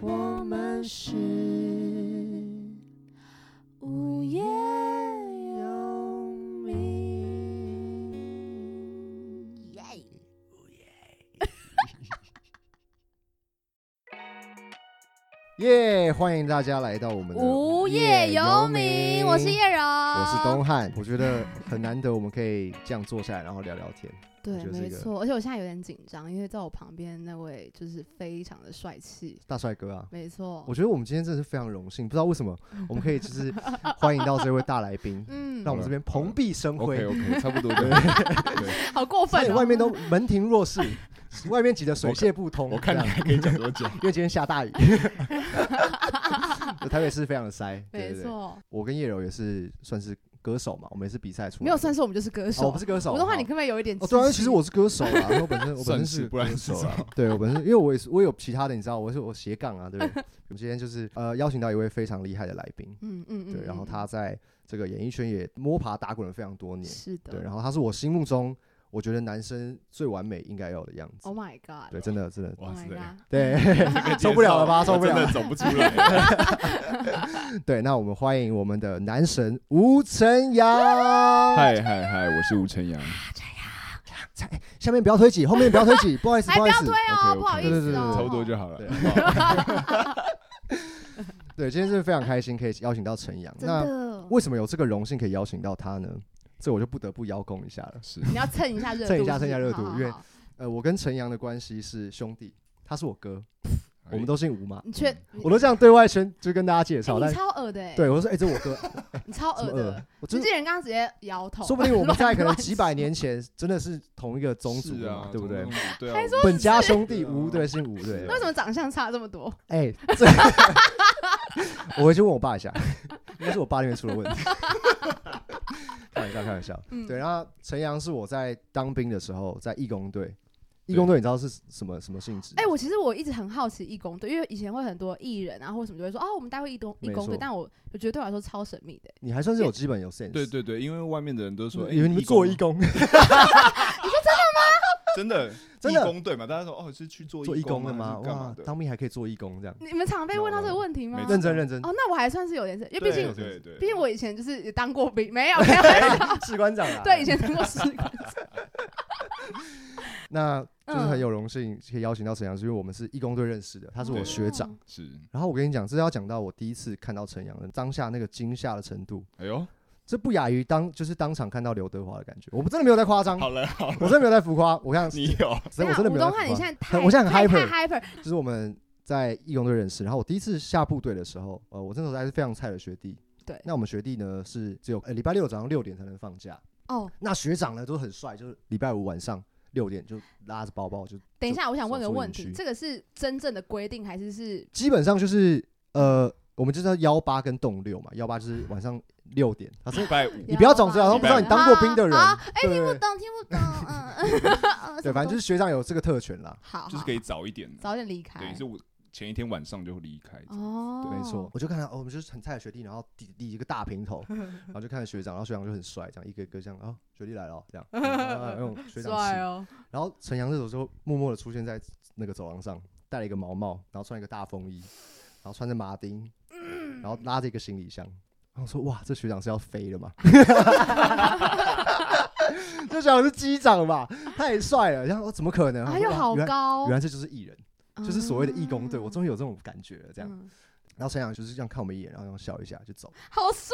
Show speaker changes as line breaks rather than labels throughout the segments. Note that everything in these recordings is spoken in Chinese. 我们是无业游民。耶！
耶！欢迎大家来到我们的
无业游民，我是叶柔，
我
我
是东。汉。我觉得很难得，我们可以这样坐下来，然后聊聊天。
对，
就是
没
一个
错，而且我现在有点紧张，因为在我旁边那位就是非常的帅气。
大帅哥 啊，
没错
我，觉得我们今天真的是非常荣幸，不知道为什 么我们可以就是欢迎到这位大来宾，
嗯，
让我们这边蓬荜生辉
OK。OK，差不多的。对，
好过
差
分
点
哦！
外面都门庭若市，外面挤得水泄不通。
我看你
这样
还可以讲多 久？
因为今天下大 雨，台北市非常的塞。对
没
对对，
错，
我跟叶柔也是算是歌手嘛，我们也是比赛出来的，
没有算是我们就是歌
哦，我
手
不。是歌手。
吴东汉，你
好
可不可以有一点
哦，
自信？
对啊，其实我是歌手 啊，我本身我本身
算
是
是，不然
歌
是
手
什
啊。
么？
对，我本身因为我也是我有其他的，你知道，我是我斜杠啊，对 不对？我们今天就是呃邀请到一位非常厉害的来宾，
嗯，嗯嗯
对，
嗯，
然后
嗯
他在这个演艺圈也摸爬打滚了非常多年，
是的，
对，然后他是我心目中我觉得男生最完美应该有的样子
Oh，my God，
对，真的真的
，Oh
哇
my
塞，
God，
对，
这个
受不了了吧
介绍
受不了
我真的走不出来。
对，那我们欢迎我们的男神吴晨阳。
嗨嗨嗨，我是吴晨阳。
哎，下面不要推挤，后面不要推挤，不好意思，
哎，
不好意
不要
思
推。哦，
OK，OK，
不好意
对对
思
对
哦，
对
差不多就好了
对。对，今天真的非常开心，可以邀请到陈阳。
真
那
嗯
的，
为什么有这个荣幸可以邀请到他呢？这我就不得不邀功一下了。
是，
你要蹭一下热度，
蹭一下蹭一下
是不是
热度
好好
因为
好
呃，我跟陈阳的关系是兄弟，他是我哥，
哎
我们都姓吴嘛，
你确，
嗯我都这样对外宣就跟大家介
哎
绍。
你
但
超恶的，，
对我就说，哎，这我哥，
你超
哦
什么
恶
二
的，？
我
经
真的
纪人刚刚直接摇头，
说不定我们在可能
乱
几百年前真的是同一个宗族
是啊
嘛，，对不对
宗？族？对啊，
还
说
本家兄弟
是啊
吴，对，姓吴，对
是啊。
那为什么长相差这么多？
哎， 这我回去问我爸一下，应该是我爸那边出了问 题。开玩笑，开玩笑。
嗯
对，然后陈阳是我在当兵的时候，在义工队。义工队你知道是什么什么性质？
哎、我其实我一直很好奇义工队，因为以前会很多艺人啊或者什么就会说哦，我们待会义工义
没
工队
错，
但我我觉得对我来说超神秘的、
你还算是有基本有 sense。
对对对，因为外面的人都说，哎，
以为你们做义
工，
工，
真的
真的
义工对嘛？大家说哦，是去做
做义工
的
的吗？
干嘛
哇，
的？
当兵还可以做义工这样，
你们常被问到这个问题吗？
没错
认真认真。
哦，那我还算是有点是，因为毕竟
对
对对，
毕竟我以前就是也当过兵， 没有没有没有，
士官长啊，
对，以前当过士官，
那 就是很
嗯
有荣幸可以邀请到陈阳，是因为我们是义工队认识的，他是我
对
学长。
哦。
是，
然后我跟你讲，这要讲到我第一次看到陈阳的当下那个惊吓的程度，
哎呦，
这不亚于当就是当场看到刘德华的感觉。我不真的没有在夸张，
好了 好
我
了，
真的没有在浮夸。我看，
你有
真的我真的没有在
吴东
浮
汉，你
夸。
现在太，
我现在很
太
hyper
太 hyper，
就是我们在义工队认识，然后我第一次下部队的时候，呃，我那时候还是非常菜的学弟。
对
那我们学弟呢是只有呃礼拜六早上六点才能放假，
哦。
那学长呢都很帅，就是礼拜五晚上六点就拉着包包就
等一下，我想问个
少数
问
园
题，
区
这个是真正的规定还是是？
基本上就是呃，我们就是要幺八跟动六嘛，幺八就是晚上六点。他说
礼拜五
你不要总是好像不知道你当过兵的人
啊啊哎，
对
听不懂，听不懂，嗯嗯嗯，
对，反正就是是学长有这个特权啦，
好，
就是
好
可以早一点的，
早点离开，
等于是我前一天晚上就会离开。
哦，
没错。。我就看他，哦，我们就是很菜的学弟，然后理理一个大平头，然后就看着学长，然后学长就很帅，这样一个一个这样啊、学弟来了哦，这 样，啊那种学长
帅
气
哦，
然后陈阳这时候就默默的出现在那个走廊上，戴了一个毛帽，然后穿一个大风衣，然后穿着马丁，然后拉着一个行李箱。然后我说：“哇，这学长是要飞了吗？” 这学长是机长吧？太帅了！然后我怎么可能？
他
我说
啊又
哇
哎好
原来
高哦
原，来这就是艺人，就是所谓的义工队。我
于
终于有这种感觉了，这样。
样，
然后陈阳就是这样看我们一眼，然后这样笑一下就走，
好帅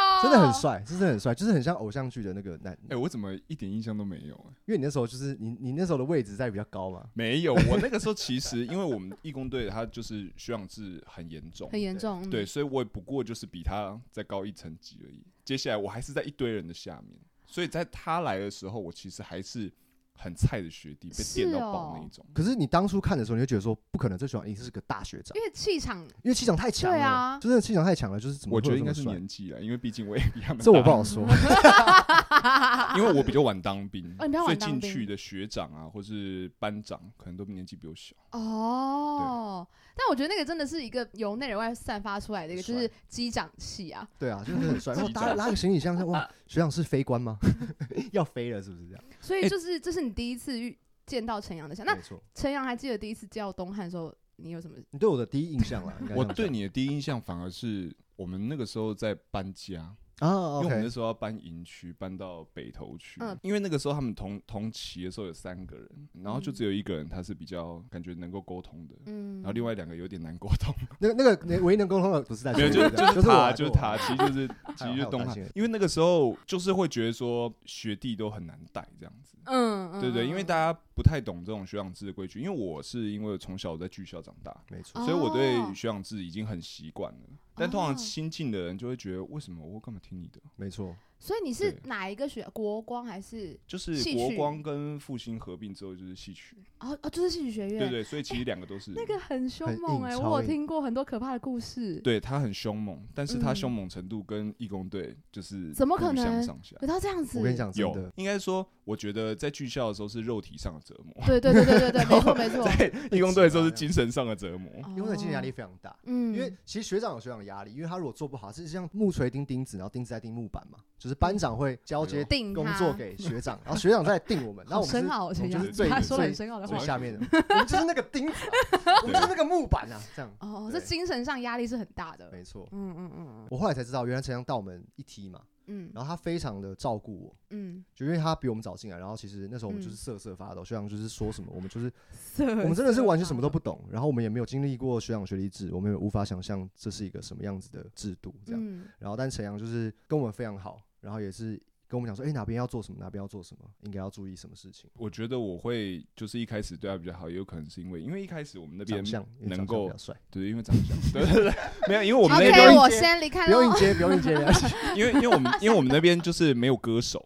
哦，
真的很。帅，真的很帅，就是很像偶像剧的那个男。
哎，我怎么一点印象都没有啊？
因为你那时候就是你，你那时候的位置在比较高嘛，
没有，我那个时候其实因为我们义工队他就是学长制很严重，
很严重，嗯
对，，所以我也不过就是比他再高一层级而已。接下来我还是在一堆人的下面，所以在他来的时候，我其实还是很菜的学弟，被
哦
电到爆那一种。
可是你当初看的时候，你就觉得说不可能，这学长一定是个大学长，
因为气场
因为气场太强了，
对啊
就真的气场太强了，就是怎么
我觉
会
得
有
应
这
该
么
是
帅？
年纪了，因为毕竟我也比他们
这我不
大，
好说，
因为我比较晚当兵，
哦你比较
所
晚
以
当兵
进去的学长啊，或是班长，可能都年纪比我小。
哦。但我觉得那个真的是一个由内而外散发出来的一个，
帅
就是机长气啊。
对啊，就是很 帅。然后
机
拉
长
拉个行李箱，哇，学长是飞官吗？ 要飞了是不是这样？
所以
哎
就是这是你第一次遇见到陈阳的像。那
没错，
陈阳还记得第一次见到东汉的时候你有什么？
你对我的第一印象啦，应该这
我
样
对
讲
你的第一印象反而是我们那个时候在搬家，
啊
因为我们
，OK，
那时候要搬营区，搬到北投区。
嗯
因为那个时候他们同同期的时候有三个人，然后就
嗯
只有一个人他是比较感觉能够沟通的，
嗯，
然后另外两个有点难沟通。
那个那个那唯一能沟通的不是在
没有，就
学
就
校
是
就是我
他，
啊
就是
我啊
他，其实 就是其
还有还
实就
有
是东
担
汉
心，
因为那个时候就是会觉得说学弟都很难带这样子，
嗯，嗯，
对对，
嗯
因为大家不太懂这种学长制的规矩，因为我是因为从小在剧校长大，
没
哦
错，
所以我对学长制已经很习惯了。但通
哦
常新进的人就会觉得，为什么我干嘛听你的？
没错，
所以你是
对
哪一个学国光还是
就是
戏
国
曲
光跟复兴合并之后就是戏曲，
哦哦，就是戏剧学院
对对，所以其实两个都是
哎那个很凶
很
猛
硬
哎、
超
我有
硬
听过很多可怕的故事。，
对他很凶猛，但是他
嗯
凶猛程度跟义工队就是
怎么可
不相
能
上下
有。到这样子，
我跟你，讲真
有
的，，
应该说，我觉得在剧校的时候是肉体上的折磨，
对对对对对 对，没错没错，
在义工队的时候是
被
精神上的折磨。
因为那精神压力
哦，
非常大。
嗯，
因为其实学长有学长的压力，因为他如果做不好，是像木锤钉钉子，然后钉子在钉木板嘛，就是班长会交接
定
工
哦他
作给学长，然后学长再定我们，然后我
好
们
深
是
奥
我
的形
们就
象，
是最
他说了很
最
深奥的话
最
所以。
下面的，我们就是那个钉子啊，我们就是那个木板啊，这样
哦，这
对
精神上压力是很大的。
没错。
嗯嗯嗯
我后来才知道，原来陈阳到我们一梯嘛，
嗯嗯
然后他非常的照顾我，
嗯，
就因为他比我们早进来，然后其实那时候我们
嗯
就是瑟瑟发抖，学长就是说什么，我们就是
色
我们真的是完全什么都
色
不懂，然后我们也没有经历过学长学历制，我们也无法想象这是一个什么样子的制度这
盲
样。
嗯
然后但陈阳就是跟我们非常好，然后也是跟我们讲说，哎、哪边要做什么，哪边要做什么，应该要注意什么事情。
我觉得我会就是一开始对他比较好，也有可能是因为，因为一开始我们那边
长相因为长
能
相
够
比较帅，
对，因为长相，对对对，没有，因为 我们那
OK，
边，
我先离开哦
不用
喽
硬。接，不用硬 接，没关系
因为因为我们因为我们那边就是没有歌手，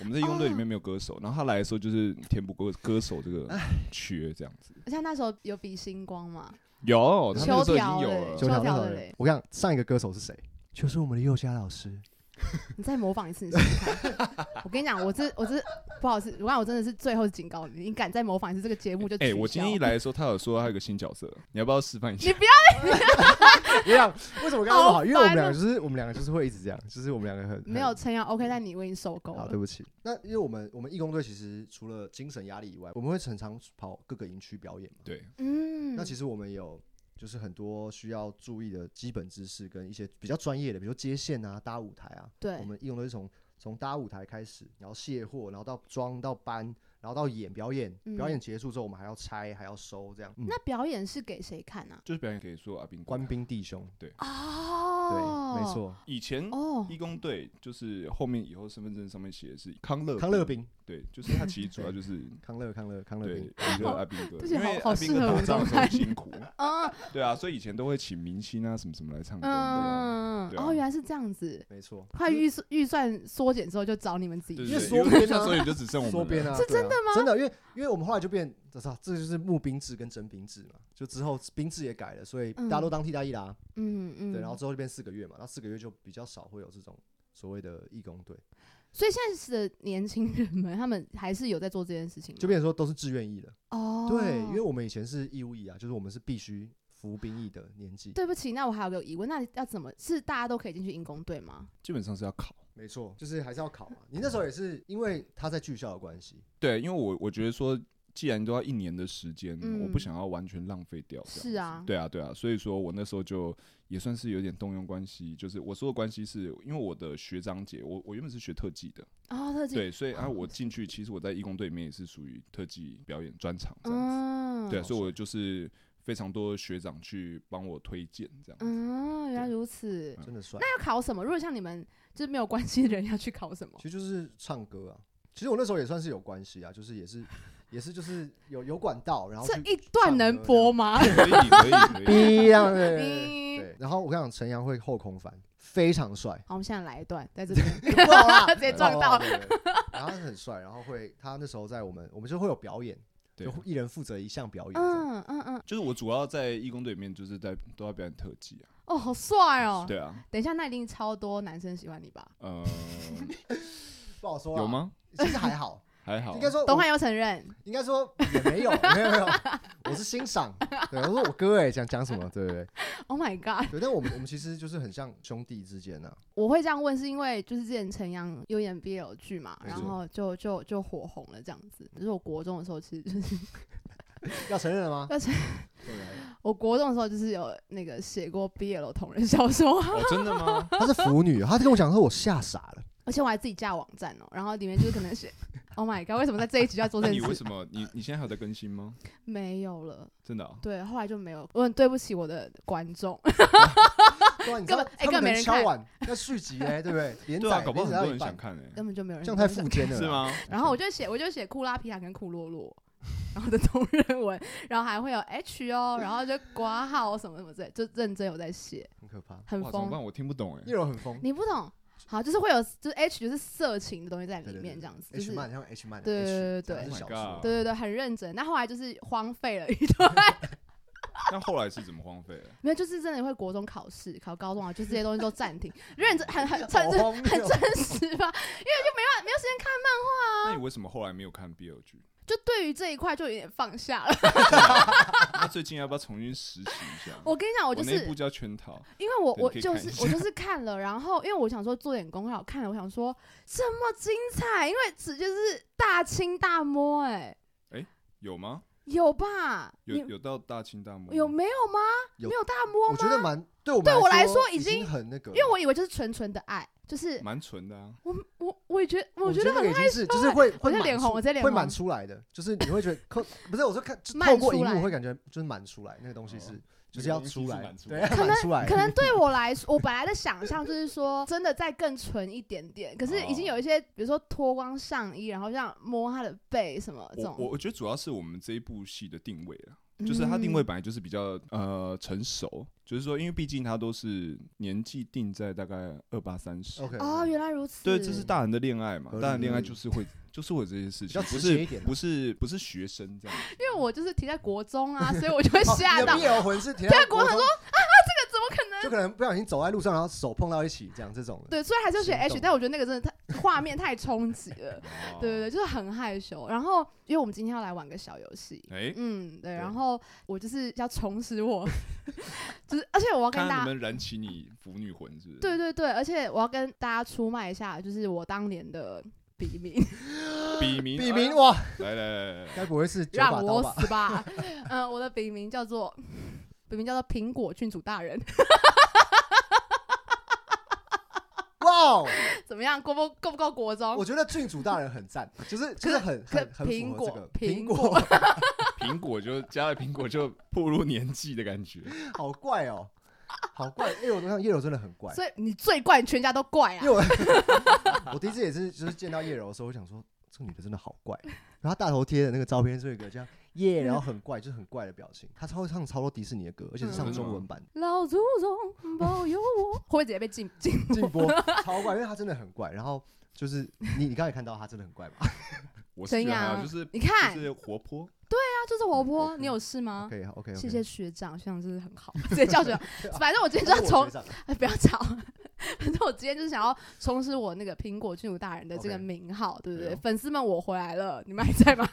我们在义
哦
工队里面没有歌手，然后他来的时候就是填补歌歌手这个缺这样子。
像那时候有比星光嘛，
有，他那个时候已经有
九
秋条秋
了。
条欸
条
那
的
种
嘞
人，我跟你讲，上一个歌手是谁？就是我们的佑嘉老 师，
你再模仿一次，你试试 看。我跟你讲，我这我这不好意思，我看我真的是最后警告你，你敢再模仿一次这个节目就
哎、
取
我今天
消
一来的时候，他有说他有个新角色，你要不要示 范一下
你？不要
你讲为什么刚刚不
好
好？因为我们
烦
两
哦
个就是我们两个就是会一直这样，就是我们两个很
没有。撑腰，OK，但你我已经受够
很嗯好，
了
对。不起。那因为我们我们义工队其实除了精神压力以外，我们会常常跑各个营区表演嘛。
对，
嗯，
那其实我们有就是很多需要注意的基本知识跟一些比较专业的，比如说接线啊、搭舞台啊。
对
我，们义工都是从从搭舞台开始，然后卸货，然后到装到搬，然后到演表演，
嗯
表演结束之后我们还要拆还要收这样。嗯
那表演是给谁看啊？
就是表演可以说阿斌
官兵弟兄，对，
哦，
没，错，
以前
哦，
义工队就是后面以后身份证上面写的是康乐
康乐，兵，
对，就是他其实主要就是
康乐康 乐康乐
对，
兵，
就是阿兵哥
不，是
因为
哦好好
阿兵
适
哥
合
打
我
仗的时候
们
很辛苦，
嗯
对啊，所以以前都会请明星啊什么什么来唱歌，对
嗯，
对啊
哦，原来是这样子。
没错。
快预算预算缩减之后，就找你们自己
对
因为
去。
对，
缩
因
编
为
啊
那 时候也就只剩我
缩
们
编
了。
啊，
是
对啊
真的吗
真的，因为因为我们后来就变，这这就是募兵制跟征兵制嘛，就之后兵制也改了，所以大家
嗯
都当替代役啦，
嗯嗯，
对，然后之后就变四个月嘛，那四个月就比较少会有这种所谓的义工队，
所以现在的年轻人们，他们还是有在做这件事情吗。
就变成说都是志愿役了。
哦，
对，因为我们以前是义务役啊，就是我们是必须服兵役的年纪。
对不起，那我还有个疑问，那要怎么是大家都可以进去营工队吗？
基本上是要考。
没错，就是还是要考嘛。你那时候也是因为他在剧校的关系，
对，因为我我觉得说，既然都要一年的时间，
嗯
我不想要完全浪费掉。这样
是啊，
对啊，对啊，所以说我那时候就也算是有点动用关系，就是我说的关系是因为我的学长姐，我我原本是学特技的，
哦，特技，
对，所以啊，我进去其实我在义工队里面也是属于特技表演专场这
哦
样子，
嗯，
对啊、
好
所以我就是非常多学长去帮我推荐这样子。
嗯，原来如此。
真的帅。
那要考什么？如果像你们就是没有关系的人，要去考什么
其？实就是唱歌啊。其实我那时候也算是有关系啊，就是也是也是就是有有管道，然后
这
去
一段能播吗？
可以可 以可以，
逼这 样的。
欸
逼，
对，然后我跟你讲，陈阳会后空翻，非常帅
好，我们现在来一段，在这边
爆啦
直接撞
爆啦
到。
对对对然后他很帅，然后会他那时候在我们我们就会有表演，
对啊
就一人负责一项表演这样。
嗯嗯嗯，
就是我主要在义工队里面就是在都要表演特技啊，
哦，好帅哦！
对啊，
等一下，那一定超多男生喜欢你吧？
呃，
不好说啊
有？吗？
其实还好，
还好啊，
应该说
董
我
汉有承认，
应该说也没有，没有没有，我是欣赏。对，我说我哥哎、想讲什么？对对对
Oh my god！
对，但我们我们其实就是很像兄弟之间呐、啊。
我会这样问，是因为就是之前陈阳有演 BL 剧嘛，
没
然
错
后就就就火红了这样子。就是我国中的时候，其实就是
要承认了吗？
要承
对啊
我国中的时候就是有那个写过 BL 同人小说，
哦，真的吗？
她是腐女，她跟我讲说我吓傻了。
而且我还自己架网站哦、然后里面就是可能写 ，Oh my god，为什么在这一集就要做
那
这
你
件
为
事？
什么你你现在还有在更新吗？
没有了，
真的、啊？
对，后来就没有，我很对不起我的观众，
对啊，你知道
根本哎
他
根
们
本没
能
人
敲
看
碗，要续集嘞，对不对？连
对啊，
载
搞不
连
好很
载到
多
一
人想
半
看诶、
根本就没有人。
这样太负肩了，
啊
是？吗？
然后我就写，我就写库拉皮卡跟库洛洛，然后的同人文， 然后还会有 H 哦，然后就挂号什么什么之类，就认真有在写，
很可怕，
很
哇，怎么
疯。
办？我听不懂诶、欸
叶柔很疯，
你不懂，好，就是会有，就是 H 就是色情的东西在
对
里
对
面，
对
这样子，就
H
是
漫像 H 漫，
对
H，
对对
还是
对
小
Oh my
说
god
对对对，很认真。但后来就是荒废了一段，
那后来是怎么荒废了？
没有，就是真的会国中考试、考高中啊，就这些东西都暂停，认真很很很
好
很
荒谬
很真实吧，因为就没办法没有时间看漫，
那你为什么后来没有看 BL 剧？
就对于这一块就有点放下了。
那最近要不要重新拾起一下？
我跟你讲，我就
那一
是
部叫《圈套》，
因为我
对
我
你可以
就
看
是
一
我就是看了， 然后因为我想说做点功课，我看了，我想说这么精彩，因为只就是大清大摸、哎，
有吗？
有吧？
有
你
有到大清大漠
有没有吗？
有
没有大摸
我觉
吗？
得蛮对我
对
们
我来
说
说已经
很那个了，
因为我以为就是纯纯的爱，就是
蛮纯的啊。
我我我也觉得我
我得
觉得
那
很
个已经是就是
欸
会
我
会
在
满
脸
出
红，我在脸
会
红，
满出来的，就是你会觉得可不是我说看就
慢
透过
出
荧幕
来
会感觉就是满出来那个东西是
哦
就是要
那个东西
出
是
来
满，出
对，
来
要
可
满出来，
可能对我来说，我本来的想象就是说，真的再更纯一点点。可是已
哦
经有一些，比如说脱光上衣，然后这样摸他的背什么这
我我
种，
我觉得主要是我们这一部戏的定位啊了。就是它
嗯
定位本来就是比较呃成熟，就是说，因为毕竟它都是年纪定在大概二八三十，
OK
嗯哦，原来如此。
对，这是大人的恋爱嘛
合，理
大人恋爱就是会就是会有这些事
比较
情，不
直接一
是
点啊
不是不是学生这 样子，
因为我就是停在国中 啊，所以我就会
哦你
吓
的
到。
BL 魂是停
对
在
啊国
中
很，怎么可能？
就可能不小心走在路上，然后手碰到一起这样这种的，
对，虽然还是写
心
H，
动
但我觉得那个真的太画面太冲击 了。对
哦
哦
对对，就是很害羞。然后，因为我们今天要来玩个小游戏，
对，哎，
嗯，对。
对
然后我就是要重拾我， 就是而且我要跟
看
大家
能不能燃起你腐女魂，是不是？
对对对，而且我要跟大家出卖一下，就是我当年的笔 名，
笔名
笔名， 哇，
哎来来来来来，
该不会是九把
让
刀
我
吧？
死吧！ 嗯，我的笔名叫做笔名叫做苹果郡主大人，
哇哦，
怎么样？够不够不够国
我
中？
觉得郡主大人很赞，就是就是很
可
很很符合这个
苹
苹
果
果，
苹果就加了苹果就步入年纪的感觉，
好怪哦，好怪，叶柔像叶柔真的很怪，
所以你最怪，你全家都怪
因
啊
为！我 我第一次也是就是见到叶柔的时候，我想说这个女的真的好怪，然后她大头贴的那个照片是有一个这样耶，然后很怪，就是很怪的表情，她超会唱超多迪士尼的歌，而且是唱中文版
老祖宗保佑我，会不会直接被禁禁？
禁播，超怪，因为她真的很怪，然后。就是你，你刚才看到她真的很怪吧？
我是
怎
觉得还
样
好？就是
你看，
就是活泼，
他就是活泼，
OK
你有事吗？
可以，OK，
谢谢学长，学长真的很好，直接叫学长。反正我今天就要
这
从哎， 不要吵。反正我今天就是想要充实我那个苹果郡主大人的这个
OK
名号对不
哎
对？
呦
粉丝们，我回来了，你们还在吗？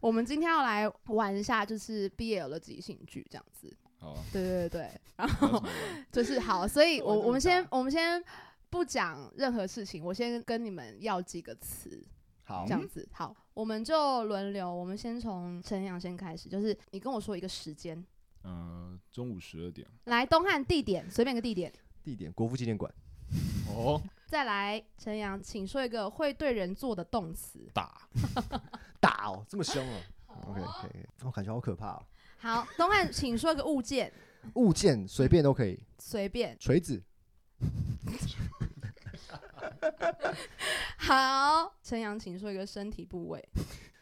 我们今天要来玩一下，就是 BL 的即兴剧这样子。
好，
对对对，然
那怎
后
么办
就是好，所以
玩
我
这么
我们先
大
我们先不讲任何事情，我先跟你们要几个词，
好嗯
这，样子。好，我们就轮流，我们先从陈阳先开始，就是你跟我说一个时间，
呃，中午十二点
来东汉地点，随便一个地点。
地点国父纪念馆，
哦，
再来，陈阳，请说一个会对人做的动词。
打
打哦，这么凶哦。OK，可以，可以我感觉好可怕哦。
好，东汉，请说一个物件，
物件随便都可以，
随便。
锤子、
好，陈阳，请说一个身体部位。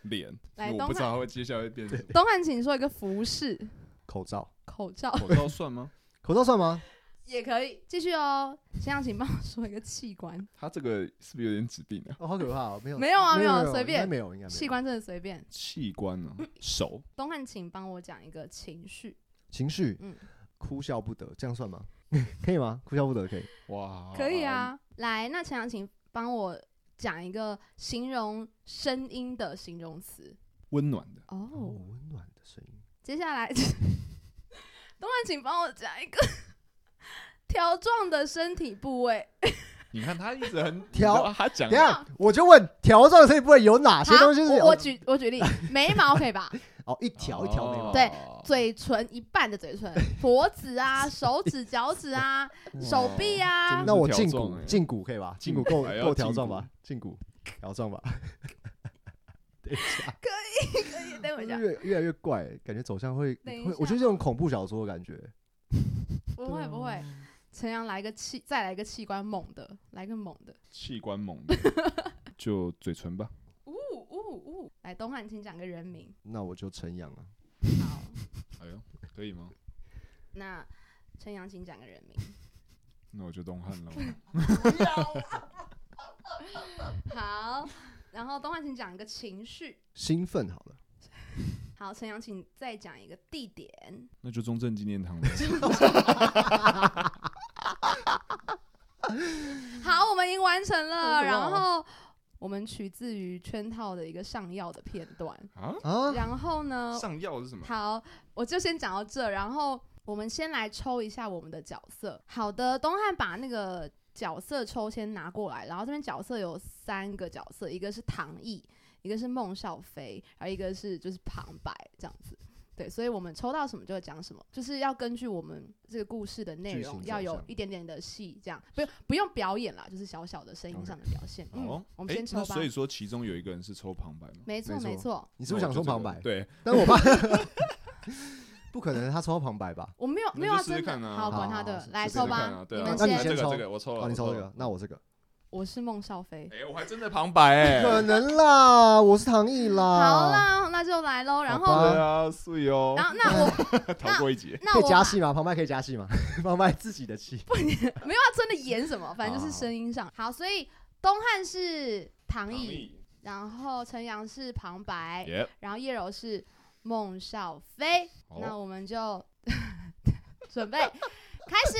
脸，
来
因为
东
我不知道它会接下来会变成什么
东汉，请说一个服饰，
口罩，
口罩
口罩算吗？
口罩算吗？
也可以。继续哦，陈阳，请帮我说一个器官。
它这个是不是有点指定啊？
哦，好可怕哦，没有，
没有啊没有
没
随便
应该没有，应该没有。
器官真的随便。
器官呢？
嗯
手
东汉，请帮我讲一个情绪。
情绪
嗯，
哭笑不得，这样 算吗？可以吗？哭笑不得可以。哦
哇，
可以，啊。来，那陈阳，请帮我讲一个形容声音的形容词。
温暖的
哦、
哦，温暖的声音，
接下来， 东汉，请帮我讲一个 条状的身体部位。
你看他一直很
条，
你知道他讲
等一下我就问条状的声音部位有哪些
好
啊东西是
我我举我举例，眉毛可以吧？
哦，一条一条眉毛，
对嘴唇一半的嘴唇，脖子啊、手指、脚 趾啊、手臂啊
真，
那我
条
胫
状
骨
欸
胫骨可以吧？胫
胫
骨够
骨还要
够条
胫
状
骨
吧？胫骨条状吧？
等我一下，
越越来越怪，感觉走向会
等一
会，我觉得
下
这种恐怖小说的感觉，
不会不会，
啊
陈阳来个器，再来一个器官猛的，来个猛的，
器官猛的， 就嘴唇吧。
呜呜呜，来东汉，请讲个 人名，
那我就陈阳啊，
好，
哎呦，可以吗？
那陈阳请讲个人名，
那我就东汉 了。
好，然后东汉请讲一个情绪，
兴奋好了，
好，陈阳请再讲一个地点，
那就中正纪 念堂吧。
好，我们已经完成了，
好可怕
然后我们取自于圈套的一个上药的片段，
啊？
啊，
然后呢，
上药是什么？
好，我就先讲到这，然后我们先来抽一下我们的角色。好的，东汉把那个角色抽先拿过来，然后这边角色有三个角色，一个是唐毅，一个是孟少飞，还有一个是就是旁白这样子。对，所以我们抽到什么就会讲什么，就是要根据我们这个故事的内
剧
容，
情
要
走
有
向
一点点的戏，这样不用不用表演啦，就是小小的声音
OK
上的表现。嗯
哦，，
我们
诶
先抽
那
吧
所。以说，其中有一个人是抽旁白吗？
没错
没错
没错，
你是不是想说旁白？
对，
但 我怕不可能，他抽到旁白吧？
我没有
那
没有要
就试试
真
看
的，
啊
好管
好
他
好
的，
试
来
试
抽
试
吧
看啊。对啊
们
那你
先
啊
先
这个
抽
这个我抽了，
哦，你抽
我
这
了
个，那我这个
我是孟少飞。
哎，我还真的旁白
不可
哎。
能啦，我是唐毅
哦
啦，
好，啦，那就来喽。然
好
后，
吧
对啊，碎哦
然，后那 我
逃过一劫。
那
可
我
以加戏吗？旁白可以加戏吗？ 旁白自己的戏，
没有要啊真的演什 么，反正就是声音上。好，所以东汉是唐毅，
毅
然后陈阳是旁白，
耶，
然后叶柔是孟少飞。
好
那我们就 准备开始。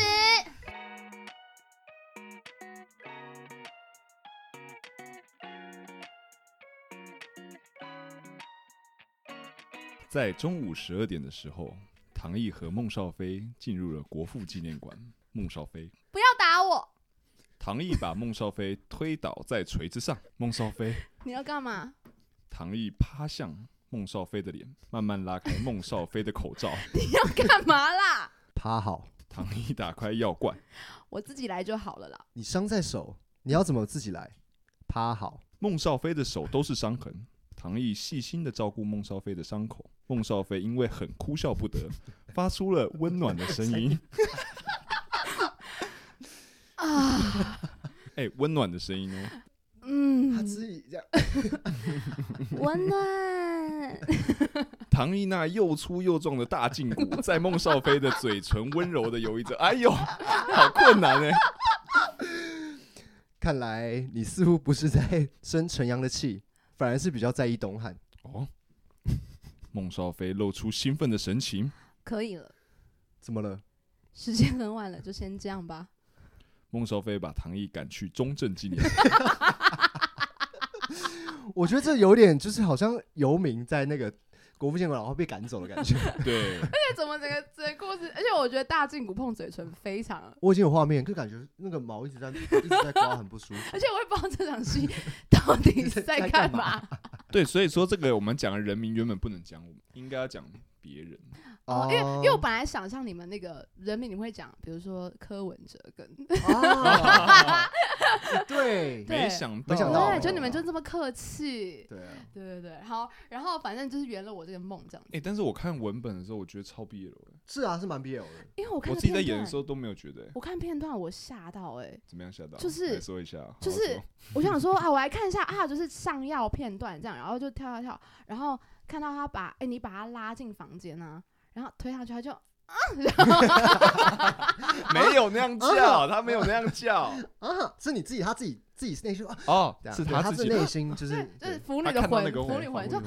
在中午十二点的时候，唐毅和孟少飞进入了国父纪念馆。孟少飞，
不要打我，
唐毅把孟少飞推倒在锤子上，孟少飞，
你要干嘛？
唐毅趴向孟少飞的脸，慢慢拉开孟少飞的口罩。
你要干嘛啦？
趴好，
唐毅打开药罐，
我自己来就好了啦。
你伤在手，你要怎么自己来？趴好，
孟少飞的手都是伤痕。唐毅细心的照顾孟少飞的伤口，孟少飞因为很哭笑不得，发出了温暖的声音。
啊，
哎、温暖的声音哦。
他
嗯，
自己这样，
温暖。
唐毅那又粗又壮的大胫骨，在孟少飞的嘴唇温柔的游移着。哎呦，好困难哎、
看来你似乎不是在生陈阳的气，反而是比较在意东汉。
哦，孟少飞露出兴奋的神情。
可以了，
怎么了？
时间很晚了，就先这样吧。
孟少飞把唐毅赶去中正纪念堂。
我觉得这有点就是好像游民在那个国父建国然后被赶走的 感觉。
对，
这怎么整个整个故事？而且我觉得大胫骨碰嘴唇非常，
我已经有画面，就感觉那个毛一直在一直在刮，很不舒服
而。且我也不知道这场 戏到底是在干嘛。
对，所以说这个我们讲的人名原本不能讲我们，应该要讲别人。
哦，因为因为我本来想象你们那个人名，你们会讲，比如说柯文哲跟，
啊， 对
对
没想到，啊
没想到
对，就你们就这么客气。
对啊，
对对对，好，然后反正就是圆了我这个梦这样子
哎、，但是我看文本的时候，我觉得超 BL 的、
是啊，是蛮 BL 的。
因为我看
欸我
了
自己在
片
演
段
的时，候都没有觉得、哎
我看片段我吓到哎、欸
怎么样吓到？
就是
来说一下，好啊好
就是
说
我就想说啊，我来看一下啊，就是上药片段这样，然后就跳跳跳，然后看到他把哎、你把他拉进房间啊，然后推上去他就啊，然后啊
没有那样叫，
嗯
他没有那样叫。
啊，是你自己，他自己自己内心说啊，
哦
这，样
是
对
他
他是
自己
内心就
对
是，
就是
对
腐
他
女的
看到那
魂，
个
腐
我
女
我
魂就啊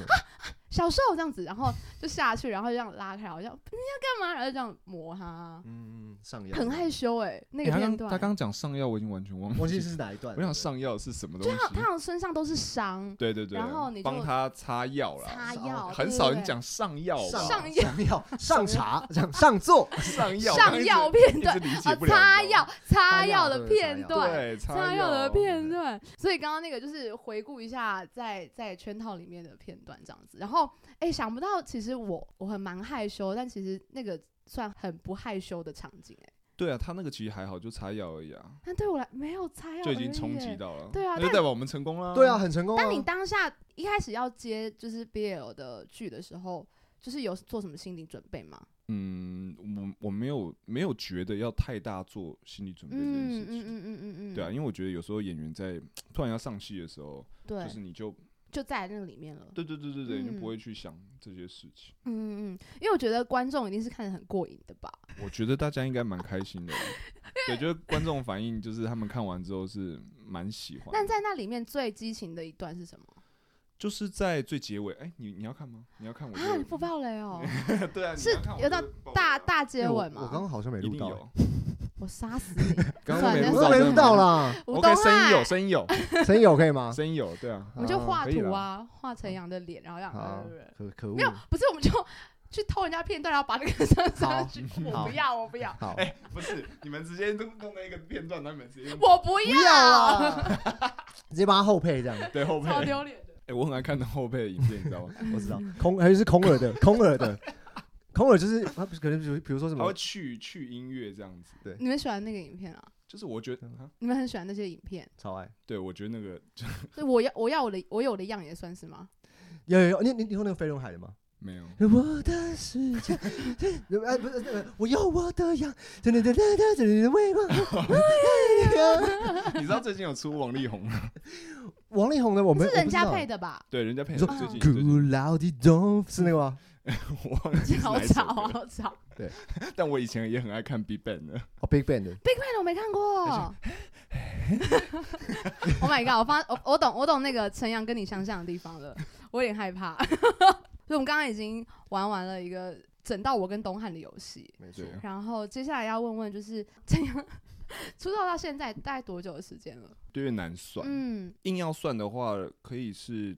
小兽这样子，然后就下去，然后这样拉开，然后这样你要干嘛？然后就这样磨他，
嗯，上药
很害羞哎、那
欸
个
他
片
刚
段，
他刚讲上药，我已经完全忘
忘
记
记。是哪一段。
我想上药是什么东
就
西
好，？啊他好像身上都是伤，
对对对，
然后你就
帮他擦药啦。
擦药，
很
对
少
对
人
对
讲上药吧，
上 嗯
上上药上茶这样上座，
上药，
上药片
一直
段
理解
啊
不了。
擦
你知道
药
吗，
擦药
对擦
的片
药
段，
对，
擦
擦
药的片片段。所以刚刚那个就是回顾一下在在圈套里面的片段这样子。然后哎、想不到其实我我很蛮害羞，但其实那个算很不害羞的场景哎、
对啊，他那个其实还好，就擦药而已啊，
但对我啊来没有猜
就已经冲击。到了。
对啊
那就
但
代表我们成功啦。
对啊，，很成功啊。
但你当下一开始要接就是 BL 的剧的时候，就是有做什么心理准备吗？
嗯，我我没有没有觉得要太大做心理准备这件
嗯嗯
事
嗯
情。
嗯嗯嗯，
对啊，因为我觉得有时候演员在突然要上戏的时候，
对，
就是你就
就在那个里面了。
对对对对对，你就
嗯
不会去想这些事情。
嗯嗯，嗯，因为我觉得观众一定是看得很过瘾的吧？
我觉得大家应该蛮开心的，对，就是观众反应就是他们看完之后是蛮喜欢的。
但在那里面最激情的一段是什么？
就是在最结尾，哎、你你要看吗？你要看我
啊，你
就
不爆雷哦，
对啊，你
是
要看我
有
就
到
爆
大
雷啊
大接
因为我
吻
我刚
吗？
刚好像没
一
录
定
到，
有，
我杀死 你！
哎刚
算了啊
刚没
我都
录到，
没
真的
录到啦。
吴
OK，
东
声音有，
汉，
声音有，
声音有可以吗？
声音有，对啊，
我们就画
可以
图
啦
啊，画成杨的脸，然后让
好
呃
可可恶
没，有，不是我们就去偷人家片段，然后把那个上上
好
去。我
好
不要，我不要，
好，
不是你们直接弄弄那个片段，他们直接用
我不
不要
要，啊
啦，直接帮他后配这 样，
对后背，
超
哎、
丢脸的。
我很爱看后背的影片，你知道吗？
我知道，空还是空耳 的，空耳的，空耳就是他不是可能比如比如说什
他
么
会，去去音乐这样子，
你们喜欢那个影片啊？
就是我觉得，啊、
你们很喜欢那些影片？
超爱，
对我觉得那个就
对，我要我要我的我有的样也算是吗？
有有有，你你你有那个飞轮海的吗？
没有，
我的世界，哎不是那个，我有我的样，噔噔噔噔噔噔，微光。
你知道最近有出王力宏吗？
王力宏的我
是
们
人家配
的，
的吧？
对，人家配
你说
最近最近
古老的东是那个吗？
我忘记是
好
哪一
吵
首
啊，
歌，
好吵！
但我以前也很爱看 Big Bang 的，
哦，Big Bang 的，
Big Bang 我没看过。oh my god！我发我我懂我懂那个陈阳跟你相像的地方 了，我有点害怕。 所以我们刚刚已经玩完了一个整到我跟东汉的游戏，
没
错
然后接下来要问问就是陈阳 出道到现在大概多久的时间了？
对，难算。
嗯，
硬要算的话，可以是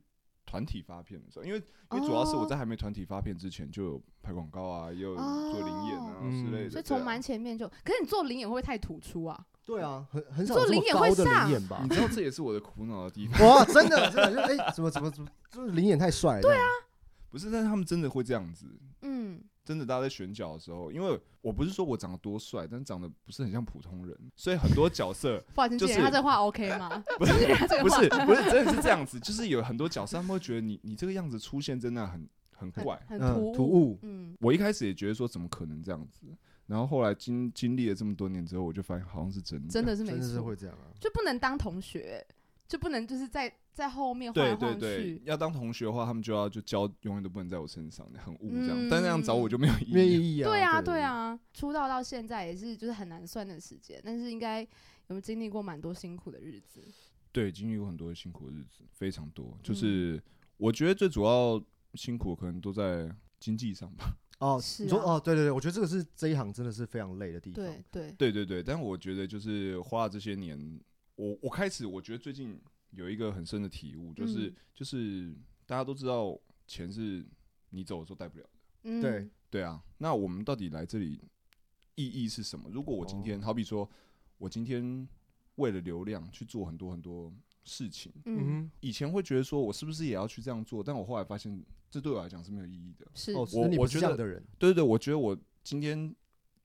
团体发片的时候，因为因为主要是
哦
我在还没团体发片之前就有拍广告啊，也有做灵演啊
哦
之类的。
所以
对
从
啊
蛮前面就，可是你做零演会不会太突出啊？
对啊，很很少
做
有这
灵
么
眼会
高的
上
灵眼吧
你？知道这也是我的苦恼的地方，
哇，真的真的，就哎，怎么怎么怎么，就是灵眼太帅了。对啊，
不是？但是他们真的会这样子，
嗯，
真的大家在选角的时候，因为我不是说我长得多帅，但长得不是很像普通人，所以很多角色
不好意思，
就
姐
是
他这话 OK 吗？
不是
姐他这个
不
话
是不是真的是这样子，就是有很多角色他们会觉得你你这个样子出现真的很很
很
怪。
很
嗯，突
突兀，
兀。
嗯。
我一开始也觉得说怎么可能这样子，然后后来经经历了这么多年之后，我就发现好像是真的，
真的是没
真的是
错
会，这样啊！
就不能当同学，就不能就是在在后 面晃
对
来
对
晃
对
去，。
要当同学的话，他们就要就教永远都不能在我身上，很污这样。
嗯
但那样找我就没有意
没
义。
意义啊！
对啊，对，啊，出道到现在也是就是很难算的时间，但是应该有没有经历过蛮多辛苦的日子？
对，经历过很多辛苦的日子，非常多。就是、我觉得最主要辛苦可能都在经济上吧。
哦，
是
你说
啊
哦，对对对，我觉得这个是这一行真的是非常累的地方。
对对，
对对对，但我觉得就是花了这些年，我我开始我觉得最近有一个很深的体悟，就是、
嗯
就是大家都知道钱是你走的时候带不了的。
嗯
对，
对啊，那我们到底来这里意义是什么？如果我今天、好比说，我今天为了流量去做很多很多事情，
嗯，
嗯
以前会觉得说我是不是也要去这样做？但我后来发现，这对我来讲是没有意义的。
是
哼，哦，，
我
那你不
我
是
觉
这样
得
的人，
对对对，我觉得我今天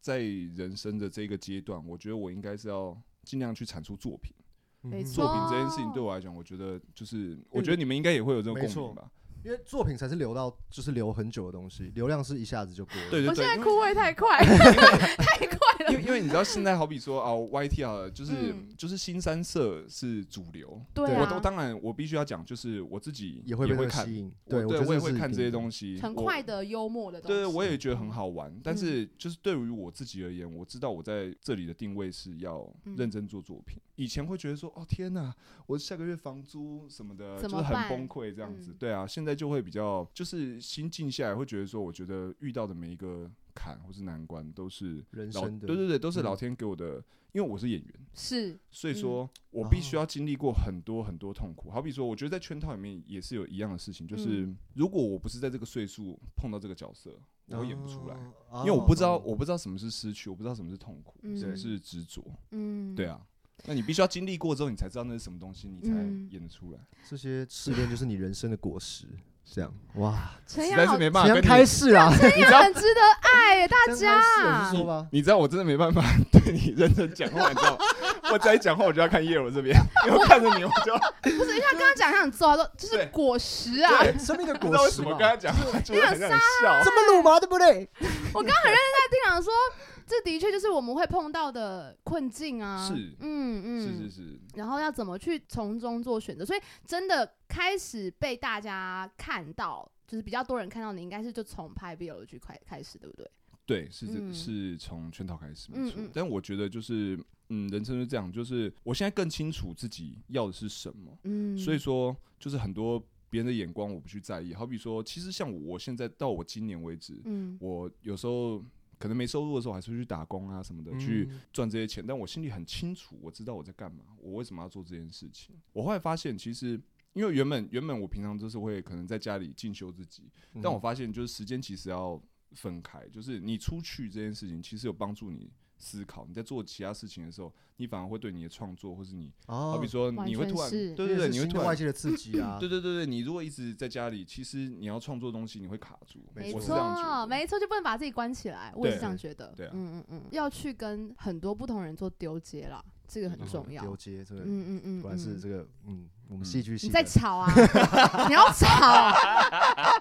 在人生的这个阶段，我觉得我应该是要尽量去产出作品。
没
嗯哼
错
作品这件事情对我来讲，我觉得就是，我觉得你们应该也会有这种
没
共
错
鸣吧？
因为作品才是留到就是留很久的东西，流量是一下子就过了。
对对
我现
对，
在
因为
哭 会太快， 太快
因为
了，
因为你知道现在好比说啊，YT 啊，就是、
嗯
就是新三社是主流，
对
我都
啊，
当然，我必须要讲，就是我自己
也会被这个
看
吸，引。
我
我觉
对
得
我也
是
会
一
看这
定
些
的
东西，
很
我
快。的幽默的东西，嗯
对，我也觉得很好玩，但是就是对于我自己而言，我知道我在这里的定位是要
嗯
认真做作品。以前会觉得说，哦天哪，我下个月房租什么的，
怎
就
么
是很
办
崩溃这样子。
嗯
对啊，现在就会比较，就是心静下来，会觉得说，我觉得遇到的每一个坎或是难关都是
人
老，
生的，
对对对，都是
嗯
老天给我的，因为我是演员，
是
所以
嗯
说我必须要经历过很多很多痛苦。好比说，我觉得在圈套里面也是有一样的事
嗯
情，就是如果我不是在这个岁数碰到这个角色，我演不出来，
哦，
因为我不知道
哦
我不知道什么是失去，我不知道什么是痛苦，
嗯
什么是执着。
嗯，
对，啊，那你必须要经历过之后，你才知道那是什么东西，你才
嗯
演得出来。
这些试炼就是你人生的果实。这样哇，
陈
实
阳
在
好
是，没办
即
法
将
跟
开
你，
始 啊！
陈阳很值得爱耶，大
即将开始我
家
就。说吧，
你知道我真的没办法 对你认真讲话，你知道吗？我再讲话我就要看叶柔这边， 因为我看着你我就
不是，因为他刚刚讲他很揍，他说这是
对
果实啊。
对
生命的
不
果
知道为
实
什
嘛
么跟他讲 话就会很让人笑。
这么鲁吗？对不对？
我刚刚很认真在听讲说，这的确就是我们会碰到的困境啊。
是
嗯嗯，
是是是，
然后要怎么去从中做选择？所以真的开始被大家看到，就是比较多人看到你，应该是就从拍 BL 剧开开始，对不对？
对，是这
嗯
是从圈套开始，
嗯
没错
嗯。
但我觉得就是，嗯，人生是这样，就是我现在更清楚自己要的是什么。
嗯，
所以说，就是很多别人的眼光我不去在意。好比说，其实像我现在到我今年为止，
嗯
我有时候可能没收入的时候，还是会去打工啊
嗯
什么的、
嗯
去赚这些钱。但我心里很清楚，我知道我在干嘛，我为什么要做这件事情。我后来发现，其实因为原本原本我平常就是会可能在家里进修自己，
嗯，
但我发现就是时间其实要分开，就是你出去这件事情其实有帮助你。思考你在做其他事情的时候，你反而会对你的创作，或是你，好
哦
比，说
完
你会
全
突然，
是
对对对，你会
因为是新
突
的
然嗯
外界的刺激啊，
对对对对，你如果一直在家里，其实你要创作东西，你会卡住。
没
我是这样觉
错，
得。
没错，就不能把自己关起来。我也是
对
这样觉得。
对啊
嗯嗯嗯，要去跟很多不同人做丢接啦，这个很
嗯
重要。
丢接这个
嗯嗯嗯，
果然是
嗯
这个，嗯，我们
嗯
戏剧系
你
的
在吵啊！ 你要吵！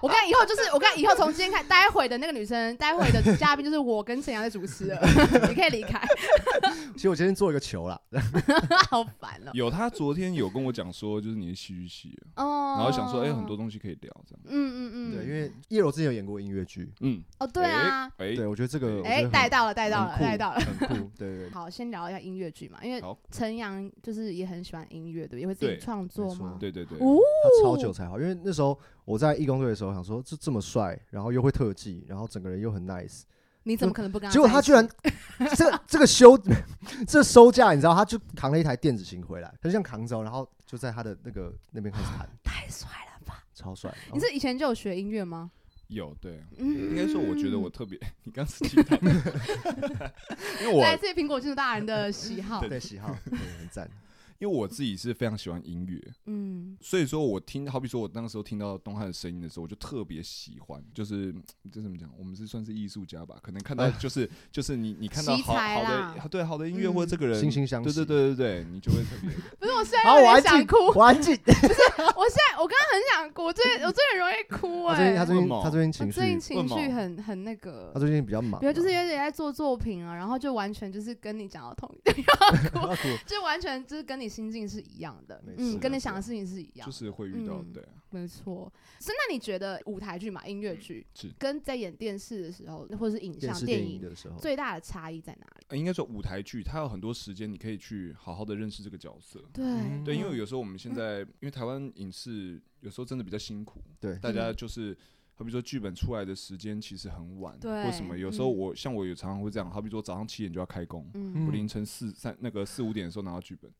我跟你以后就是，我跟你以后从今天开，待会的那个女生，待会的嘉宾就是我跟陈阳在主持了， 你可以离开，
其实我今天做一个球啦，
好烦哦了。
有他昨天有跟我讲说，就是你是戏剧系，
哦，
然后想说，哎，很多，东西可以聊这样。
嗯嗯嗯，
对，因为叶柔之前有演过音乐剧，
嗯，
哦对啊，
哎，
对我觉得这个我觉
哎
得
带
很
到了，带到了，
很酷
带到了。
很酷，对对对，
好，先聊一下音乐剧嘛，因为
好
陈阳就是也很喜欢音乐，对不对？也会自己
对
创作吗？
对对对，
哦，
他超久才好，因为那时候我在义工队的时候，想说这这么帅，然后又会特技，然后整个人又很 nice，
你怎么可能不跟？
结果他居然这个这个休 这休假，你知道，他就扛了一台电子琴回来，他就像扛走，然后就在他的那个那边开始弹，
太帅了吧！
超帅。
你是以前就有学音乐吗？
有对。
嗯，
应该说，我觉得我特别， 你刚自己讲， 因为我
来自于苹果进入大人的喜好
哦。对 喜好，对很赞。
因为我自己是非常喜欢音乐，
嗯，
所以说我听，好比说我那个时候听到东汉的声音的时候，我就特别喜欢，就是这怎么讲？我们是算是艺术家吧？可能看
哎
到就是、 就是你你看到
奇
好
才
好
啦
的对好的音乐、
嗯
或者这个人，
惺惺相惜
对对对对对，你就会特别
不是，我现在
好，
哎有
我安
点想哭
静，。我安静。
我现在我刚刚很想哭，我最我最容易哭
他
哎、
啊最近他最
为
近
什么
他最近
我
情
最近
绪，
情
为
绪
什么
很很那个
他，最近比较忙啊，
比如就是有点在做作品啊，然后就完全就是跟你讲的同，
不要哭
就完全就是跟你心境是一样的
没，
嗯，
错
跟你
没
想的
错
事情是一样的，
就是会遇到、
嗯
对啊。
没错。是那你觉得舞台剧嘛，音乐剧
是
跟在演电视的时候或者是影
电
像
视
电
电影
影
的时候，
最大的差异在哪里？
呃应该说舞台剧，它有很多时间你可以去好好的认识这个角色。
对
嗯
对，因为有时候我们现在，因为台湾影视有时候真的比较辛苦，
对
大家就是。好比说剧本出来的时间其实很晚，
对
为什么？有时候
嗯
我、像我有常常会这样，好比说早上七点就要开工，
嗯
我
嗯
凌晨四三那个四五点的时候拿到剧本，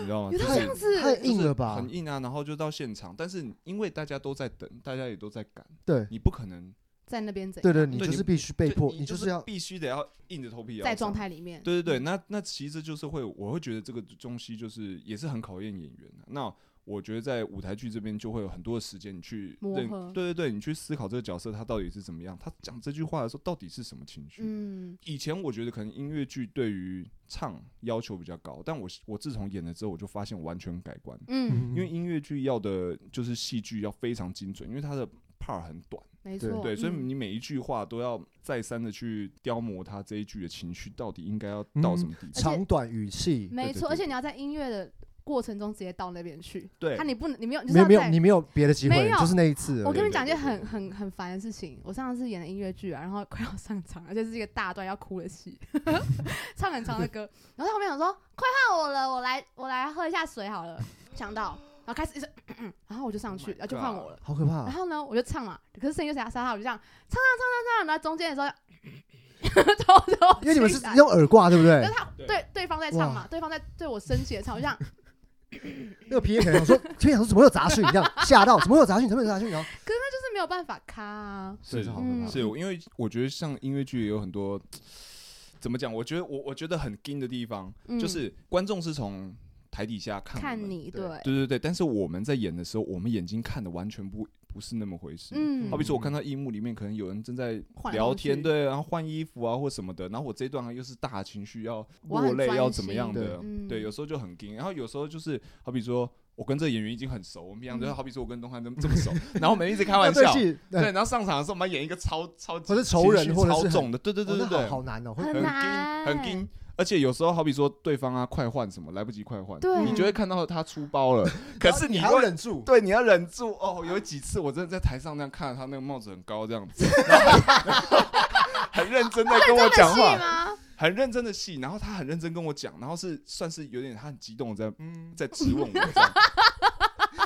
你知道吗？
有
就
到这样
是
子，
嗯太硬了吧
很？硬啊，然后就到现场，但是因为大家都在等，大家也都在赶，
对
你不可能
在那边怎
对
样
对，你
对
就
你
是必须被迫，
你
你
就
就是要
必须得要硬着头皮要
在
上
状。态里面，
对对对，那那其实就是会，我会觉得这个东西就是也是很考验演员、啊、那我觉得在舞台剧这边就会有很多的时间你去
磨
认
合
对对对，你去思考这个角色他到底是怎么样，他讲这句话的时候到底是什么情绪。
嗯，
以前我觉得可能音乐剧对于唱要求比较高，但我我自从演了之后，我就发现完全改观，
嗯，
因为音乐剧要的就是戏剧要非常精准，因为它的 part 很短，
没
对
错，
对，所以
嗯
你每一句话都要再三的去雕磨它这一句的情绪到底应该要到什么地步。
长短语气，
没
对
错，
对
而且你要在音乐的过程中直接到那边去，
对
他，你不能，你没有，你就
没有
是要
没有
在
你没有别的机
没
会，
有
就是那一次而已。
我跟你讲一
对
件
对对
很很很烦的事情，我上次演的音乐剧啊，然后快要上场，而且是一个大段要哭的戏， 唱很长的歌，然后在后面想说快换我了，我来我来喝一下水好了，想到，然后开始一直， 然后我就上
Oh
去，然后就换我了。
好可怕
然
啊，
后呢，我就唱嘛，可是声音就沙沙，我就这样唱唱唱唱唱，然后中间的时 候，偷偷
因为你们是
起来
用哎耳挂对 不对
就是？他
对
对对方在唱嘛，对方在对我生气的唱，我就想，
那个皮也可能想说，天想说怎么会有杂讯，这样吓到，怎么会有杂讯，怎么会有杂讯，然后
就是没有办法咔、啊，
对
是
好
嗯
可怕。
是因为我觉得像音乐剧也有很多怎么讲？我觉得我我觉得很硬的地方，就是观众是从台底下看我
嗯看
们
你
对
对，
对对对，但是我们在演的时候，我们眼睛看的完全不不是那么回事。
嗯
好比说，我看到荧幕里面可能有人正在
换来
聊
换去
天，对，然后换衣服啊或什么的，然后我这一段又是大情绪要
我很
落泪
专
要怎么
心
样的，
嗯
对，有时候就很硬，然后有时候就是好比说我跟这个演员已经很熟，我们平常就
嗯
好比说我跟东汉这么这 么熟，然后我们一直开
那
玩
对
笑，
戏
对，
呃
然后上场的时候我们要演一个超超
或是仇人
情绪
或者是
超
很
重的，对对对
哦
对
那
对，
好好难哦，会
很
很
难
硬很硬，而且有时候好比说对方啊快换什么来不及快换，
对
你就会看到他出 包了，可是
你
你
还要
会
忍住，
对，你要忍住哦。有几次我真的在台上那样看着他那个帽子很高这样 子，然后很认真在跟我讲
这么细
话，
吗？
很认真的戏，然后他很认真跟我讲，然后是算是有点他很激动的在
嗯，
在质问我 这样，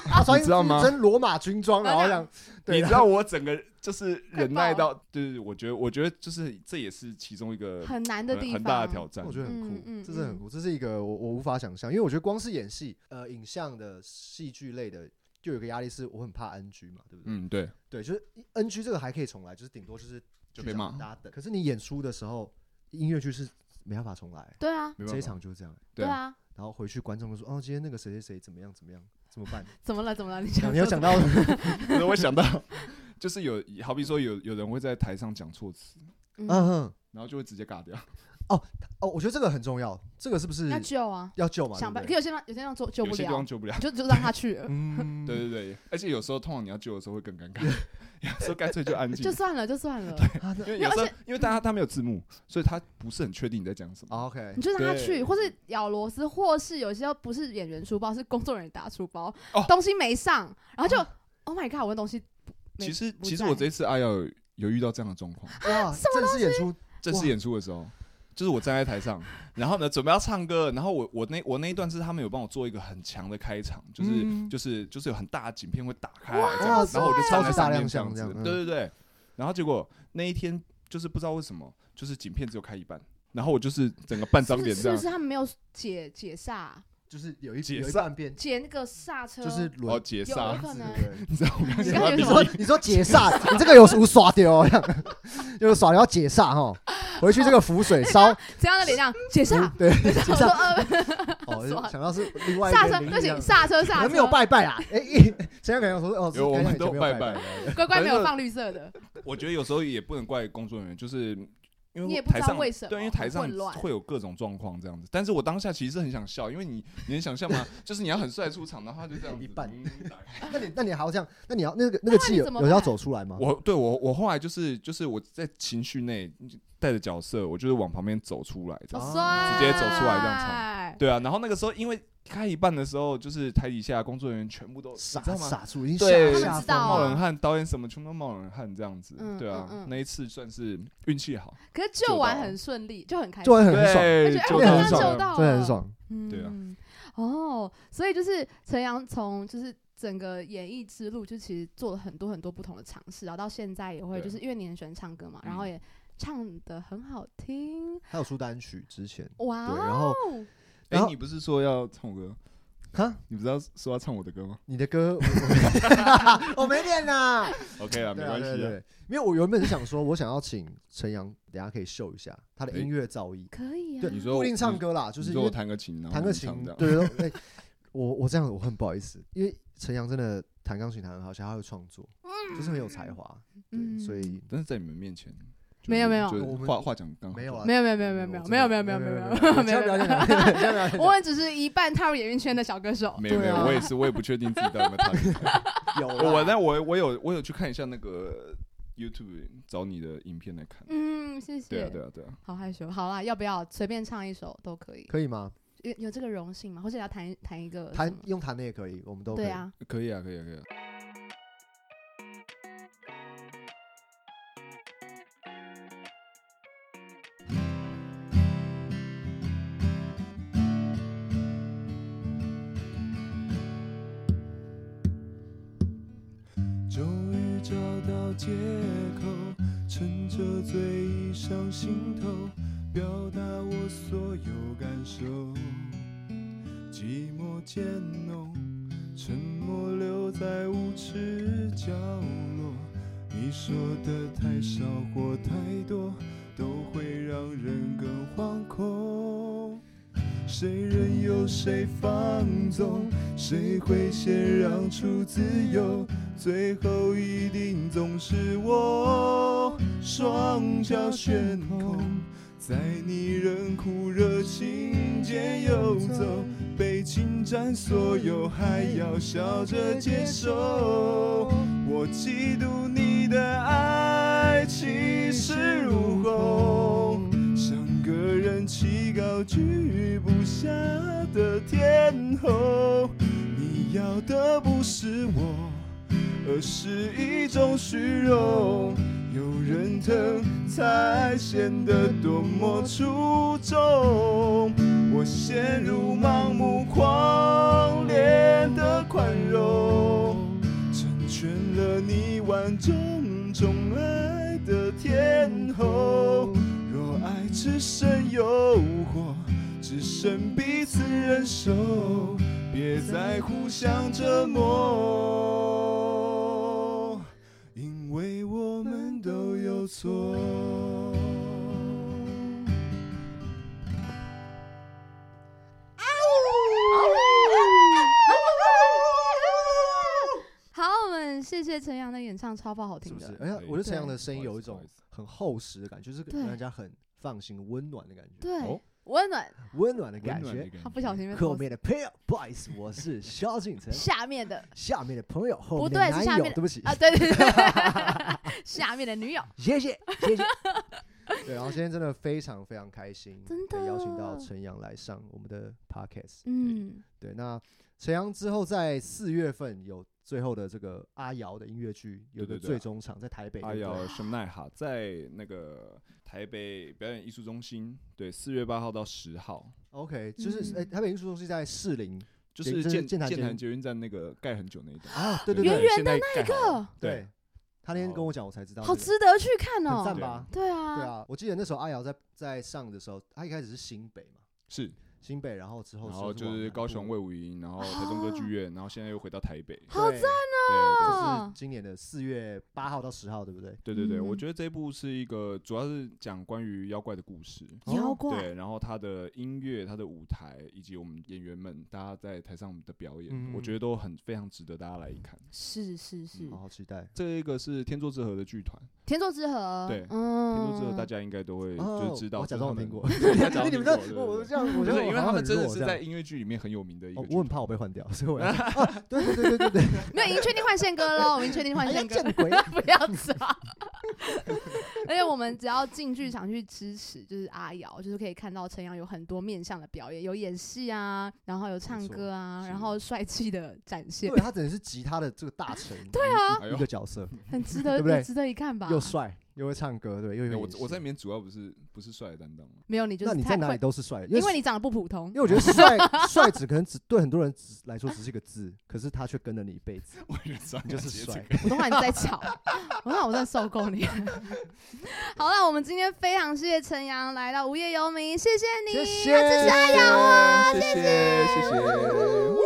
他穿
你知道吗
真罗马军装，然后这样，对啊
你知道我整个就是忍耐
快爆
到，对对对，我觉得我觉得就是这也是其中一个
很难的地
很
方，
很大的挑战，
我觉得很
嗯
酷，
嗯
这是很
嗯
酷，这是一个我我无法想象，因为我觉得光是演戏，呃，影像的戏剧类的，就有一个压力是我很怕 NG 嘛，对不对？
嗯对，
对，就是 NG 这个还可以重来，就是顶多就是
就被
剧场
骂
大家等。可是你演出的时候，音乐剧是没办法重来，
对啊，
没办
这
法
一场就是这样。
对
对啊
啊，
然后回去观众就说：“哦，今天那个谁谁谁怎么样怎么样，怎么 办
怎么了？怎么了？你？”
啊
想
你有
说
想到
可是我想到， 就是有好比说有有人会在台上讲措辞，
什
嗯
么
啊
嗯
哼，
然后就会直接尬掉。
哦，我觉得这个很重要，这个是不是
要救啊，
要救嘛？
想
对
办，
不对，
可有些地方有些地方救救
有
不
些地方
了，
救不了。
你就就让他去 了
嗯，
对对对，而且有时候通常你要救的时候会更尴尬， 有时候干脆就安静
就，算了，就算了，
啊 那
因为有
而
时候
且
因为大家他没有字幕，所以他不是很确定你在讲什么。
啊 OK，
你就让他去，
对
或是咬螺丝，或是有些不是演员书包，是工作人员打书包
哦，
东西没上，然后就 Oh my God，我的东西没
其实
不
其实
在
我这次阿耀有有遇到这样的状况，
哇，正式演出
正式
哇
演出的时候。就是我站在台上， 然后呢，准备要唱歌，然后我我那我那一段是他们有帮我做一个很强的开场，就是、
嗯
就是就是有很大的景片会打开来
哇
这样子，然后我就
帅
站在
超级大
上面
亮
这样
相这
子
样，嗯
对对对。然后结果那一天就是不知道为什么，就是景片只有开一半，然后我就是整个半张
是
脸
不是是
这样
不，是他们没有解解煞
就是有一
解
有一
散
半变，
解那个刹车？
就是
哦
轮
解
有
散
有，可
子
能
对
你知道我刚刚
你
想
刚有
到
你
比
什么
说你说解煞，你这个有无耍丢， 就是耍要解煞哈，回去这个浮水 烧，
这样的脸这样 解煞，
对，
我
解
说
煞
呃
哦，
耍
想到是另外一
刹
个
车，
灵
对不
力
起，
量，
刹车刹
可
车，
没有拜拜啊，哎，哎 现在感觉说哦，
有我
刚刚
们
以前
都
没有
拜
拜
拜，
乖乖没
反
有
正
放绿色的，
我觉得有时候也不能怪工作人员，就是因
你也
为
不知
台
道
上
为什么
对，因为台上
很混乱
会有各种状况这样子。但是我当下其实是很想笑，因为你你能想象吗？就是你要很帅出场，然后他就这样 子
一半
嗯打开
那你那你还要这样，那你要那个那个
那
气
你
有
怎么
有要
办
走出来吗？
我对我我后来就是就是我在情绪内带着角色，我就是往旁边走出来这
好
哦
样。
帅，
直接走出来这样
样
对啊，然后那个时候因为开一半的时候，就是台底下工作人员全部都
傻
你知道吗？
傻住，已经
对
吓
他
吓
们知道
疯
冒
啊
了。
冷汗，导演什么全部都冒冷汗这样子。
嗯
对啊，
嗯嗯
那一次算是运气好，
可是救完很顺利，就很开心
做，完很爽，
对，
而且
哎
就
我
到
刚刚
这
就
样
到
真的很爽。
对啊
嗯，哦，所以就是陈阳从就是整个演艺之路，就其实做了很多很多不同的尝试，然后到现在也会，
对
就是因为你很喜欢唱歌嘛，然后
嗯
也唱的很好听，
还有出单曲之前，
哇
对，然后
哦，
哎、
然后
你不是说要唱我歌？
哈，
你不是要说要唱我的歌吗
你的歌我 我没练呐，
？OK 啊，没
对啊
关
对
系啊。
对，因为我原本是想说，我想要请陈阳，等一下可以秀一下他的
哎
音乐造诣，
可以啊，
对，
你说
不一定
我
唱歌啦，就
你
是因
说
为
我弹个琴，然后
弹个
你
琴
唱这，样
对，对对哎，我我这样我很不好意思，因为陈阳真的弹钢琴弹得很好，而且他会创作，就是很有才华，对，
嗯
所以
但是在你们面前，就是
没有没有
就是
我们
话话讲刚好
没有啊
没有没有没有没有没有没有没有没有没有没有 没
没有
有
没有没有
没有，
没有没 有，
我们只是一半踏入演艺圈的小歌手，
没有没
对
有，
啊
我也是，我也不确定自己到底有没有弹琴。
有啦
我但我我有我有去看一下那个 YouTube 找你的影片来看。
嗯，谢
对啊
谢，
对啊对啊，
好害羞，好啦，要不要随便唱一首都可以，
可以吗？
有有这个荣幸吗？或者要弹一弹一个
弹
什么
用弹的也可以，我们都可以
对。啊，
可以啊可以啊可以啊。
终于找到借口，趁着醉意上心头，表达我所有感受。寂寞渐浓，沉默留在无耻角落。你说的太少或太多，都会让人更谁任由谁放纵，谁会先让出自由，最后一定总是我，双脚悬空，在你冷酷热情间游走，被侵占所有，还要笑着接受。我嫉妒你的爱气势如虹，像个人气高居不下的天后。你要的不是我，而是一种虚荣。有人疼才显得多么出众。我陷入盲目狂恋的宽容。成全了你万众宠爱的天后。若爱只剩诱惑，只剩彼此忍受，别再互相折磨，因为我们都有错。
好，我们谢谢陈阳的演唱，超爆好
是
听
不
的。
是？而且哎我觉得陈
对
阳的声音有一
不好
种
意思
很厚实的感觉，就是
对
让人家很放心、温暖的感觉，
对，
哦
温暖。
温暖的
温
感
暖的
觉。
感
他
觉
不小心被
后
偷
面的朋友，不好意思，我是萧敬腾。
下面的
下面的朋友，后
不
面的
对是下
男友，
面的
对不起，
啊，对对对， 下面的女友。
谢谢谢谢。 对，然后今天真的非常非常开心，
真
可以邀请到
的
陈阳来上我们的 podcast。
嗯，
对，那陈阳之后在四月份有最后的这个阿瑶的音乐剧有个
对对对
最终场在台北。
阿
对不对
瑶哎什奈哈在那个台北表演艺术中心，对，四月八号到十号，
，OK，就是
嗯
哎，台北艺术中心在士林
就
对
是
这是
建
建潭
建
捷
潭
运
捷运站那个盖很久那一段。
啊，对对
圆
对
圆
现在盖好了对
对，他那天跟我讲，我才知道这
好
个，
值得去看
很
哦
赞。吧？
对
对
啊，
啊，我记得那时候阿瑶在在上的时候，她一开始是新北嘛，
是，
新北，然后之后
然后
就
就
哦往
是
南
高
部
雄卫武营，然后台中歌剧院，然后现在又回到台北。
好
对
赞
对
就是
哦
今年的四月八号到十号，对不对？
对对对，我
嗯
觉得这一部是一个主要是讲关于妖怪的故事。
哦
妖怪。
对，然后他的音乐、他的舞台，以及我们演员们大家在台上的表演，
嗯
我觉得都很非常值得大家来一看。
是是是
嗯
好，好期 待。
这一个是天作之合的剧团，
天作之合，
对
嗯，
天作之合大家应该都会就
哦
是知道，
我
就
假
是
装
他
我
们
听过
对他假
因 为你
装
们
听过
在
对
我我
对
这样，我
不
觉得
是因为
我好像
他们
很
真的
弱
是
这样
在音乐剧里面很有名的一个
哦
剧，
我很
团，
怕我被换掉，所以 我要啊，对对对对对对，
没有，已经确定换宪歌喽，我们已经确定 换
哎呀
宪歌，
见鬼
不要吵。而且我们只要进剧场去支持，就是阿瑶，就是可以看到陈阳有很多面向的表演，有演戏啊，然后有唱歌啊，
是
然后帅气的展现
对，他等于是吉他的这个大 成，对
啊
一个角色，
很值得，
对不对
很值得一看吧？
又帅又会唱歌，对，又会
哎我
演戏
我在里面主要不是不是帅的担当嘛，
没有你就是
那你
太
在哪里
会，
都是帅，因
因为
为
你长得不普通
因，为我觉得 帅帅只可能只对很多人只来说只是一个字，可是他却跟了你一辈 子，
我也是
你就是帅。
我都怕你在吵， 我怕我真的受够你了。 好了，我们今天非常谢谢陈阳来到无业游民，谢谢你，
谢谢
要 支持阿瑶啊，
谢谢谢谢。
呜